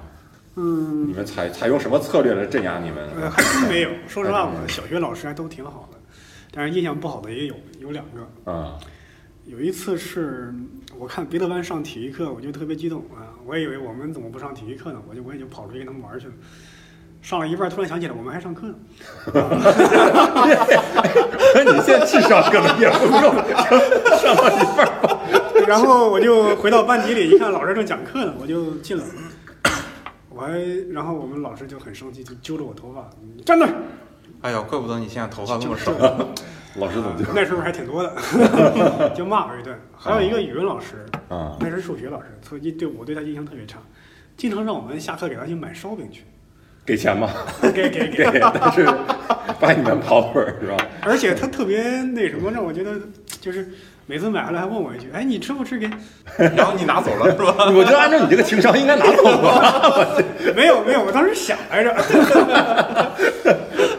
S3: 嗯，
S2: 你们采采用什么策略来镇压你们？啊
S3: 呃，还真没有。说实
S2: 哎
S3: 话，我的小学老师还都挺好的，但是印象不好的也有，有两个。
S2: 啊、
S3: 有一次是我看别的班上体育课，我就特别激动啊，我也以为我们怎么不上体育课呢？我就我也就跑出去跟他们玩去了。上了一半，突然想起来我们还上课呢。
S2: 你现在智商可能也不够，上到一半儿吧。
S3: 然后我就回到班级里一看，老师正讲课呢，我就进来了。我还，然后我们老师就很生气，就揪着我头发，你站那儿。
S1: 哎呦，怪不得你现在头发这么少。
S2: 老师怎么就
S3: 那时候还挺多的， 就骂我一顿。还有一个语文老师，
S2: 啊
S3: 那是数学老师，特一对我对他印象特别差，经常让我们下课给他去买烧饼去，
S2: 给钱吗？
S3: 给给
S2: 给，
S3: 给。
S2: 但是把你们跑腿儿是吧？
S3: 而且他特别那什么，让我觉得就是每次买回来还问我一句：“哎，你吃不吃？”给
S1: 然后你拿走了是吧？
S2: 我觉得按照你这个情商应该拿走吧。
S3: 没有没有，我当时想来着。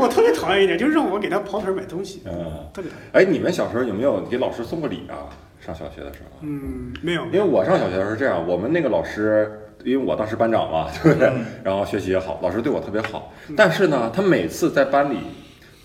S3: 我特别讨厌一点，就是让我给他跑腿买东西，
S2: 嗯，
S3: 特别讨厌。
S2: 哎，你们小时候有没有给老师送过礼啊？上小学的时候？
S3: 嗯，没有
S2: 因为我上小学的时候是这样，我们那个老师，因为我当时班长嘛，对不对？ 然后学习也好，老师对我特别好。但是呢，他每次在班里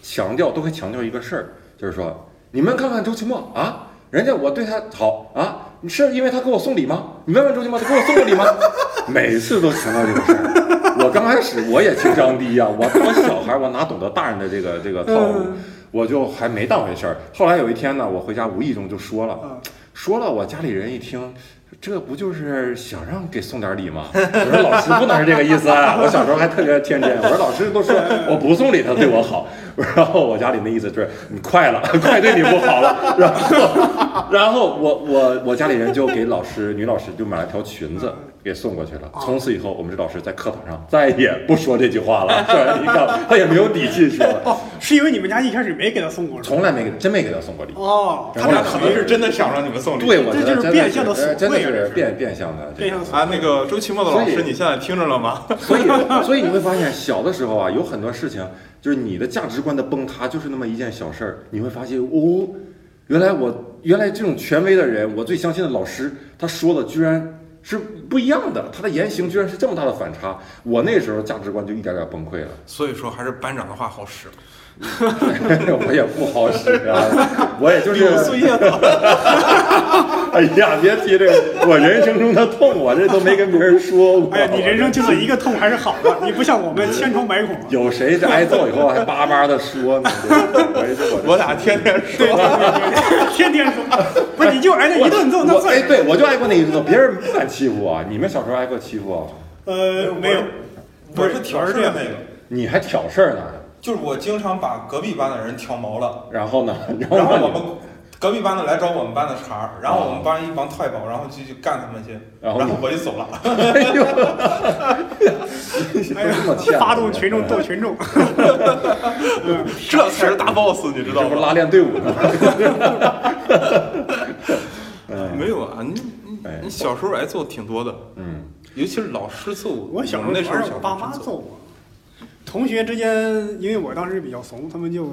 S2: 强调，都会强调一个事儿，就是说，你们看看周奇墨啊，人家我对他好啊，是因为他给我送礼吗？你问问周奇墨，他给我送过礼吗？ 每次都强调这个事儿。我刚开始我也情商低呀、我我小孩儿我哪懂得大人的这个这个套路，
S3: 嗯
S2: 我就还没当回事儿。后来有一天呢，我回家无意中就说了，
S3: 啊，
S2: 说了，我家里人一听，这不就是想让给送点礼吗？我说老师不能是这个意思啊， 我小时候还特别天真，我说老师都说我不送礼，他对我好，然后我家里那意思就是你快了， 快对你不好了，然后然后我我我家里人就给老师女老师就买了条裙子。给送过去
S3: 哦
S2: 了。从此以后，我们这老师在课堂上再也不说这句话了。这你看，他也没有底气说了，
S3: 哦，是因为你们家一开始没给他送过是吧？
S2: 从来没给，真没给他送过礼。
S3: 哦，
S2: 然
S1: 他
S2: 后
S1: 俩可能是真的想让你们送礼。
S2: 对，我觉
S3: 这
S2: 得
S3: 就是
S2: 真
S3: 变相的
S2: 是呃
S3: 索
S2: 真的
S3: 贿啊这
S2: 是
S3: 是
S2: 变变相的这
S3: 变相
S2: 个
S3: 索
S1: 啊，那个周奇墨的老
S2: 所
S1: 师，
S2: 以
S1: 你现在听着了吗？
S2: 所以， 所以你会发现，小的时候啊，有很多事情，就是你的价值观的崩塌，就是那么一件小事儿，你会发现，哦，原来我原来这种权威的人，我最相信的老师，他说的居然是不一样的，他的言行居然是这么大的反差。我那时候价值观就一点点崩溃了，
S1: 所以说还是班长的话好使。
S2: 我也不好使啊，我也就是
S1: 柳树叶子，
S2: 哎呀，别提这个，我人生中的痛，我这都没跟别人说过。
S3: 哎呀，你人生就算一个痛还是好的，你不像我们千疮百孔。啊
S2: 有谁这挨揍以后还巴巴的说呢？ 对吧我这我这
S1: 我俩天天说
S3: 对对对， 对，天天说，不是你就挨那一顿揍，那
S2: 我
S3: 算
S2: 哎，
S3: 什么
S2: 对我就挨过那一顿，别人不敢欺负我。你们小时候挨过欺负啊？
S3: 呃，没有，不
S1: 我
S3: 是
S1: 是挑事
S3: 这
S1: 的
S3: 样
S1: 那个，
S2: 你还挑事儿呢？
S1: 就是我经常把隔壁班的人挑毛了，
S2: 然后呢？然
S1: 然后
S2: 后
S1: 我
S2: 呢？
S1: 们隔壁班的来找我们班的茬儿，然后我们班一帮太保，然后就去干他们去，
S2: 然
S1: 然
S2: 后
S1: 后
S2: 你
S1: 我就 走了。
S2: 哎呦，你都
S3: 哎呀
S2: 这么欠，
S3: 发动群众斗群众，
S1: 这才是大 boss，你知
S2: 这
S1: 道
S2: 不
S1: 吗？
S2: 拉练队伍呢吗？
S3: 哎
S2: 嗯
S1: 没有啊，你你
S2: 哎
S1: 你小时候挨揍挺多的，
S2: 嗯，
S1: 尤其是老师揍。
S3: 我小
S1: 们
S3: 时候
S1: 那时候
S3: 玩
S1: 小
S3: 我
S1: 时
S3: 爸
S1: 候
S3: 妈
S1: 真
S3: 揍我，同学之间，因为我当时比较怂，他 们就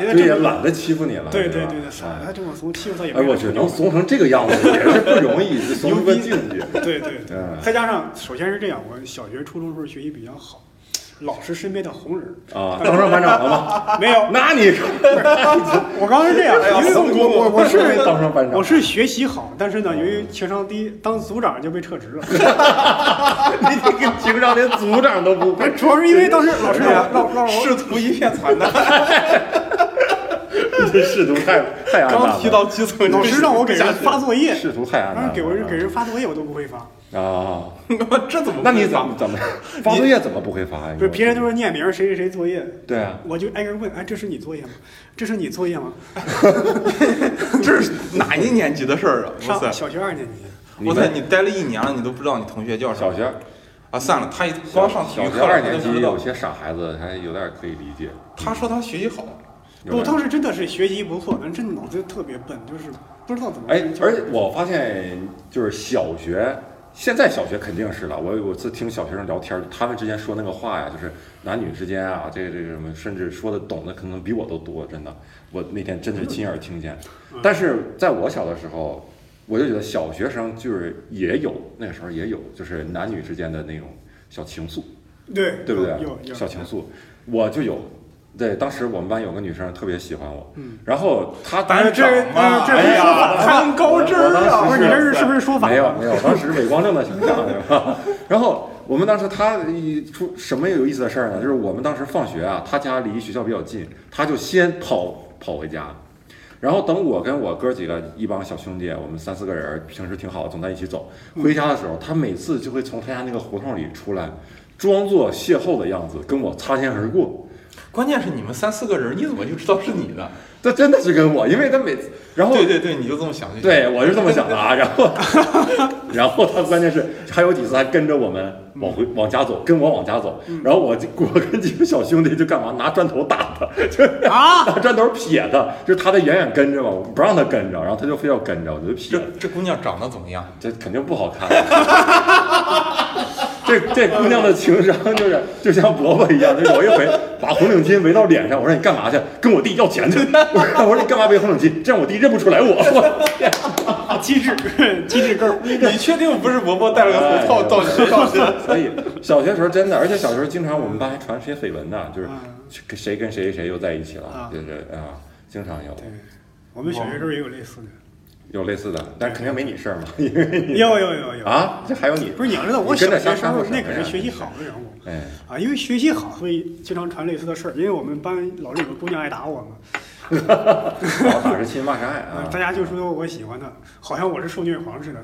S3: 人家
S2: 对也
S3: 这么
S2: 懒得欺负你了，
S3: 对
S2: 对
S3: 对
S2: 吧
S3: 对对，傻
S2: 哎
S3: 他这么怂，欺负他也没
S2: 哎，我
S3: 啥
S2: 去，能怂成这个样子也是不容易，怂出个境界。
S3: 对对对
S2: 嗯，
S3: 再加上首先是这样，我小学、初中时候学习比较好，老师身边的红人儿
S2: 啊，当上班长了吗？
S3: 没有。
S2: 那你
S3: 我刚是这
S1: 哎
S3: 样，因为我我我是
S2: 当上班长，
S3: 我是学习好，但是呢，由于情商低，当组长就被撤职了。
S2: 你这个情商连组长都不会，
S3: 主要是因为当时哎老师
S1: 啊
S3: 让我让让我
S1: 仕途一片惨淡。
S2: 你这仕途太太暗淡了。
S1: 刚提到基层，
S3: 老师让我给人发作业，
S2: 仕途太暗
S3: 当
S2: 淡
S3: 时
S2: 了。
S3: 给我给人发作业我都不会发，
S2: 啊，
S1: 这怎么？
S2: 那你怎么？怎 么发作业怎么不会发呀？
S3: 不是别人都是念名儿谁谁谁作业，
S2: 对啊，
S3: 我就挨个问，哎，这是你作业吗？这是你作业吗？
S1: 这是哪一年级的事儿啊？哇
S3: 上
S1: 塞！
S3: 小学二年级，
S2: 你
S1: 哇
S2: 们
S1: 塞！你待了一年了，你都不知道你同学叫啥
S2: 小学
S1: 啊？算了，他一光上体育
S2: 小学
S1: 课
S2: 二
S1: 了，他都
S2: 年
S1: 不
S2: 级
S1: 知道
S2: 有。些傻孩子还有点可以理解。
S1: 他说他学习好，
S2: 有
S3: 我
S2: 点
S3: 当时真的是学习不错，但真脑子特别笨，就是不知道怎么。
S2: 哎，而且我发现就是小学，现在小学肯定是了。我有一次听小学生聊天，他们之间说那个话呀，就是男女之间啊，这个这个什么，甚至说的懂的可能比我都多，真的。我那天真是亲耳听见。
S3: 嗯
S2: 但是在我小的时候，我就觉得小学生就是也有那个时候也有，就是男女之间的那种小情愫。
S3: 对
S2: 对不对？
S3: 有有
S2: 小情愫，我就有。对，当时我们班有个女生特别喜欢我，
S3: 嗯
S2: 然后她
S1: 班
S3: 这
S1: 长嘛
S3: 呃这
S1: 哎
S3: 是
S1: 呀
S3: 说反
S1: 攀高枝儿啊
S3: 不是你这是是不是说反
S2: 没有没有，当时伪光正的形象，对吧？ 然后我们当时他一出什么有意思的事儿呢？就是我们当时放学啊，他家离学校比较近，他就先跑跑回家，然后等我跟我哥几个一帮小兄弟，我们三四个人儿，平时挺好，总在一起走。
S3: 嗯
S2: 回家的时候，他每次就会从他家那个胡同里出来，装作邂逅的样子，跟我擦肩而过。
S1: 关键是你们三四个人，你怎么就知道是你的？
S2: 他真的是跟我，因为他每次，然后
S1: 对对对，你就这么想就行。
S2: 哦对我是这么想的啊，然后然后他关键是还有几次还跟着我们往回往家走，跟我往家走，然后我就我跟几个小兄弟就干嘛拿砖头打他， 就
S3: 啊
S2: 拿砖头撇他，就是他在远远跟着嘛，我不让他跟着，然后他就非要跟着，我就撇
S1: 这，这姑娘长得怎么样？
S2: 这肯定不好看。 这这姑娘的情商就是就像伯伯一样，就有一回把红领巾围到脸上，我说你干嘛去？跟我弟要钱去。我说 我说你干嘛围红领巾？这样我弟认不出来我。
S3: 啊，机智 机智根儿，
S1: 你确定不是伯伯 戴了个
S2: 哎
S1: 头套 到你身上去？
S2: 所以小学时候真的，而且小时候经常我们班还传些绯闻呢，就是
S3: 嗯
S2: 谁谁跟谁谁又在一起了
S3: 啊，
S2: 就是啊，经常有
S3: 对，我们小学时候也有类似的。
S2: 有类似的，但肯定没你事儿嘛，因为你
S3: 有有有有！
S2: 啊，这还有你
S3: 不是你要知道，我
S2: 你跟
S3: 小
S2: 着瞎
S3: 学时
S2: 掺和
S3: 候
S2: 什么
S3: 那
S2: 呀
S3: 可是学习好的人物
S2: 哎
S3: 啊，因为学习好，所以经常传类似的事儿。因为我们班老是有个姑娘爱打我嘛，
S2: 老打是亲骂是爱
S3: 啊
S2: 啊，
S3: 大家就说我喜欢她，好像我是受虐狂似的。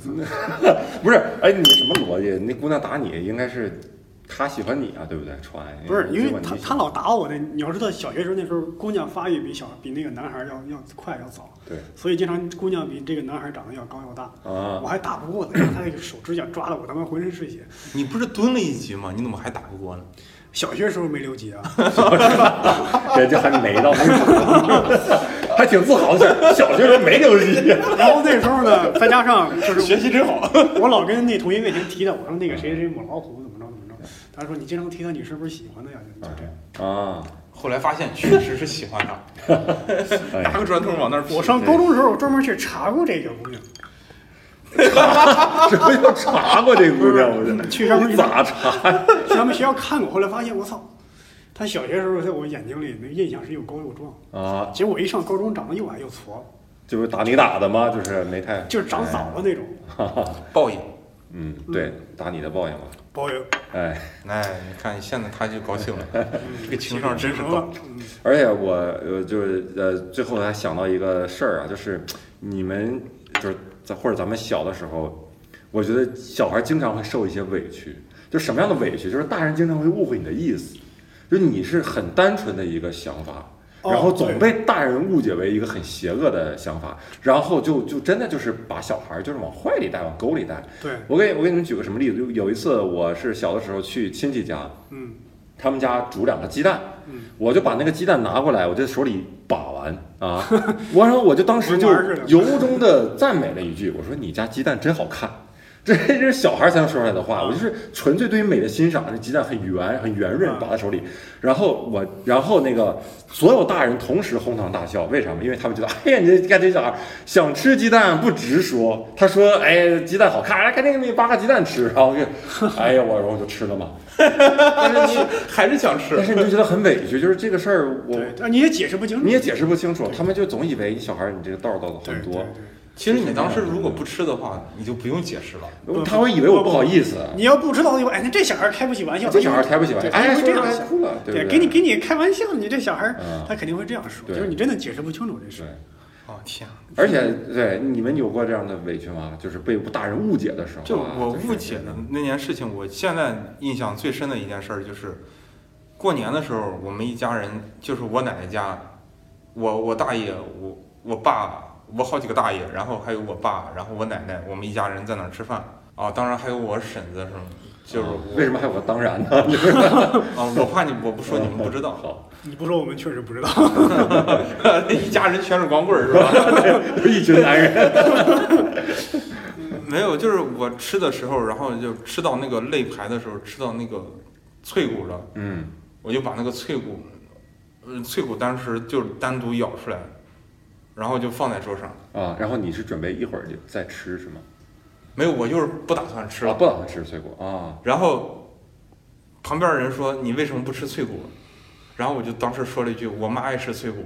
S2: 不是，哎，你什么逻辑？那姑娘打你，应该是她喜欢你啊，对不对？传
S3: 不是，因
S2: 基
S3: 为
S2: 本你
S3: 她
S2: 喜
S3: 她老打我的，你要知道，小学时候那时候姑娘发育比小比那个男孩要要快要早，
S2: 对
S3: 所以经常姑娘比这个男孩长得要高要大。
S2: 啊
S3: 我，还打不过她，她那个手指甲抓的我他妈浑身是血。
S1: 你不是蹲了一级吗？你怎么还打不过呢？
S3: 小学时候没留级 啊，
S2: 人家还没到那个，还挺自豪的事儿。小学时候没留 级，
S3: 然后那时候呢，再加上就是
S1: 学习真好。
S3: 我老跟那同学面前提他，我说那个谁谁母老虎怎么着怎 么着，他说你经常提他，你是不是喜欢他呀？就这样。
S2: 嗯啊，
S1: 后来发现确实是喜欢他，
S2: 哎
S1: 拿个砖头往那儿
S3: 我
S1: 泼。
S3: 上高中的时候，我专门去查过这个姑娘，
S2: 这不要 查过这姑娘，我真的
S3: 去专门
S2: 你咋 查呀？
S3: 去咱们学校看过，后来发现我操，她小学时候在我眼睛里那个印象是又高又壮，
S2: 啊，
S3: 结果我一上高中长得又矮又矬，
S2: 就是打你打的吗？就是没太，
S3: 就是长早了那种。
S1: 报应。
S2: 哎。嗯，对，打你的报应嘛。
S3: 包邮，
S2: 哎，
S1: 哎，你看现在他就高兴 了，
S3: 嗯
S1: 这个情商真是
S3: 行
S1: 高
S3: 了。。嗯
S2: 而且我呃就是呃最后还想到一个事儿啊，就是你们就是在或者咱们小的时候，我觉得小孩经常会受一些委屈，就什么样的委屈？就是大人经常会误会你的意思，就你是很单纯的一个想法。
S3: 哦
S2: 然后总被大人误解为一个很邪恶的想法，然后就就真的就是把小孩就是往坏里带，往沟里带。
S3: 对，
S2: 我给我给你们举个什么例子？就有一次我是小的时候去亲戚家，
S3: 嗯
S2: 他们家煮两个鸡蛋，
S3: 嗯
S2: 我就把那个鸡蛋拿过来，我就手里把玩 啊，我然后我就当时就
S3: 文玩似的
S2: 由衷的赞美了一句，我说你家鸡蛋真好看。 这这是小孩才能说出来的
S3: 啊
S2: 话。我就是纯粹对于美的欣赏，这鸡蛋很圆很圆润，
S3: 啊
S2: 把在手里，然后我然后那个所有大人同时哄堂大笑，为什么？因为他们觉得， 哎呀，你这看这小孩想吃鸡蛋不直说，他说，哎，鸡蛋好看，哎，赶紧给你扒个鸡蛋吃，然后就， 哎呀，我然后我就吃了嘛。 但是你
S1: 还是想
S2: 但
S1: 吃。
S2: 是你就觉得很委屈，就是这个事儿我。
S3: 对，但你也解释不清楚。
S2: 你也解释不清楚，他们就总以为小孩儿你这个道儿道的
S3: 对
S2: 很
S3: 对
S2: 多，
S3: 对
S1: 其实你当时如果不吃的话，你就不用解释了。
S3: 对
S2: 他会以为我不好意思，
S3: 你要不知道的话，哎，那这小孩开不起玩笑，
S2: 啊这小孩开不起玩笑，
S3: 对他
S2: 哎，
S3: 就会
S2: 说
S3: 这
S2: 着
S3: 样
S2: 还
S3: 想。
S2: 哭了，对
S3: 对，
S2: 不
S3: 给你给你开玩笑，你这小孩儿
S2: 嗯
S3: 他肯定会这样说，
S2: 对
S3: 就是你真的解释不清楚这事
S2: 对。，
S1: 哦天啊，
S2: 而且对你们有过这样的委屈吗？就是被大人误解的时候啊，
S1: 就我
S2: 就是
S1: 误解的那件事情，我现在印象最深的一件事儿就是，过年的时候，我们一家人就是我奶奶家，我我大爷，我我爸，我好几个大爷，然后还有我爸，然后我奶奶，我们一家人在那儿吃饭啊，当然还有我婶子什么，就是
S2: 啊
S1: 我
S2: 为什么还有个当然呢？
S1: 啊，我怕你我不说你们不知道，
S2: 好，
S3: 你不说我们确实不知 道。
S1: 一家人全是光棍儿是吧？
S2: 一群男人，
S1: 没有，就是我吃的时候，然后就吃到那个肋排的时候，吃到那个脆骨了。
S2: 嗯，
S1: 我就把那个脆骨，嗯，脆骨当时就单独咬出来，然后就放在桌上。
S2: 啊，然后你是准备一会儿就再吃是吗？
S1: 没有，我就是不打算吃
S2: 啊，
S1: 了。
S2: 不打算吃水果啊，
S1: 然后旁边人说：“你为什么不吃脆骨？”然后我就当时说了一句：“我妈爱吃脆骨。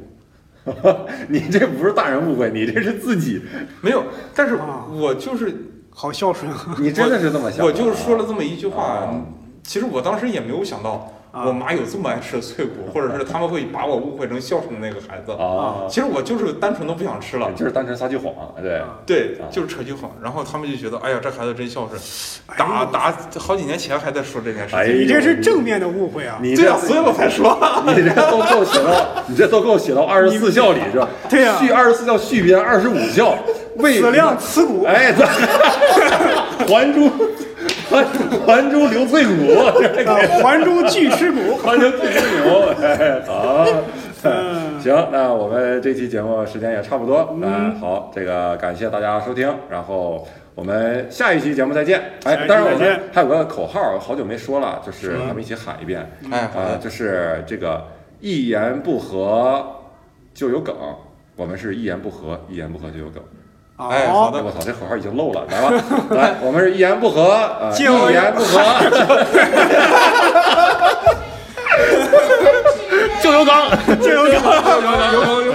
S2: 你这不是大人误会，你这是自己，”
S1: 没有，但是
S3: 啊
S1: 我就是
S3: 好孝顺啊！
S2: 你真的是这么想的啊，
S1: 我就是说了这么一句话
S2: 啊。
S1: 其实我当时也没有想到
S3: 啊
S1: 我妈有这么爱吃脆骨，或者是他们会把我误会成孝顺的那个孩子。
S2: 啊，
S1: 其实我就是单纯的不想吃了。
S2: 就是单纯撒句谎，对。
S1: 对
S2: 啊，
S1: 就是扯句谎，然后他们就觉得，哎呀，这孩子真孝顺，
S3: 哎呦
S1: 打打好几年前还在说这件事
S2: 哎
S1: 情，
S2: 呦
S3: 你这是正面的误会啊！
S2: 你
S1: 对
S2: 这
S1: 啊，所以我才说，
S2: 你这都够写到，你这都够写到二十四孝里是吧？
S3: 对呀
S2: 续二十四孝续编二十五孝，为
S3: 此量此骨，
S2: 哎，咱 还珠，还还珠留翠骨，这
S3: 啊还珠俱吃骨。
S2: 还珠留翠骨，哎，好。
S3: 嗯
S2: 行，那我们这期节目时间也差不多，那好，这个感谢大家收听，然后我们下一期节目再见。
S3: 下
S2: 哎，
S3: 一期
S2: 当然我
S3: 再见
S2: 们还有个口号，好久没说了，就是咱们一起喊一遍。
S3: 嗯
S1: 哎，好
S2: 呃，
S1: 的，
S2: 就是这个一言不合就有梗，我们是一言不合，一言不合就有梗。
S1: 哎好
S3: 哦
S1: 的
S2: 哎我操，这口号已经漏了，来吧， 来，我们是一言不合，呃，
S3: 就有
S2: 一言不合
S4: 就
S2: 就有梗。
S3: 这有梗，有梗，有梗，有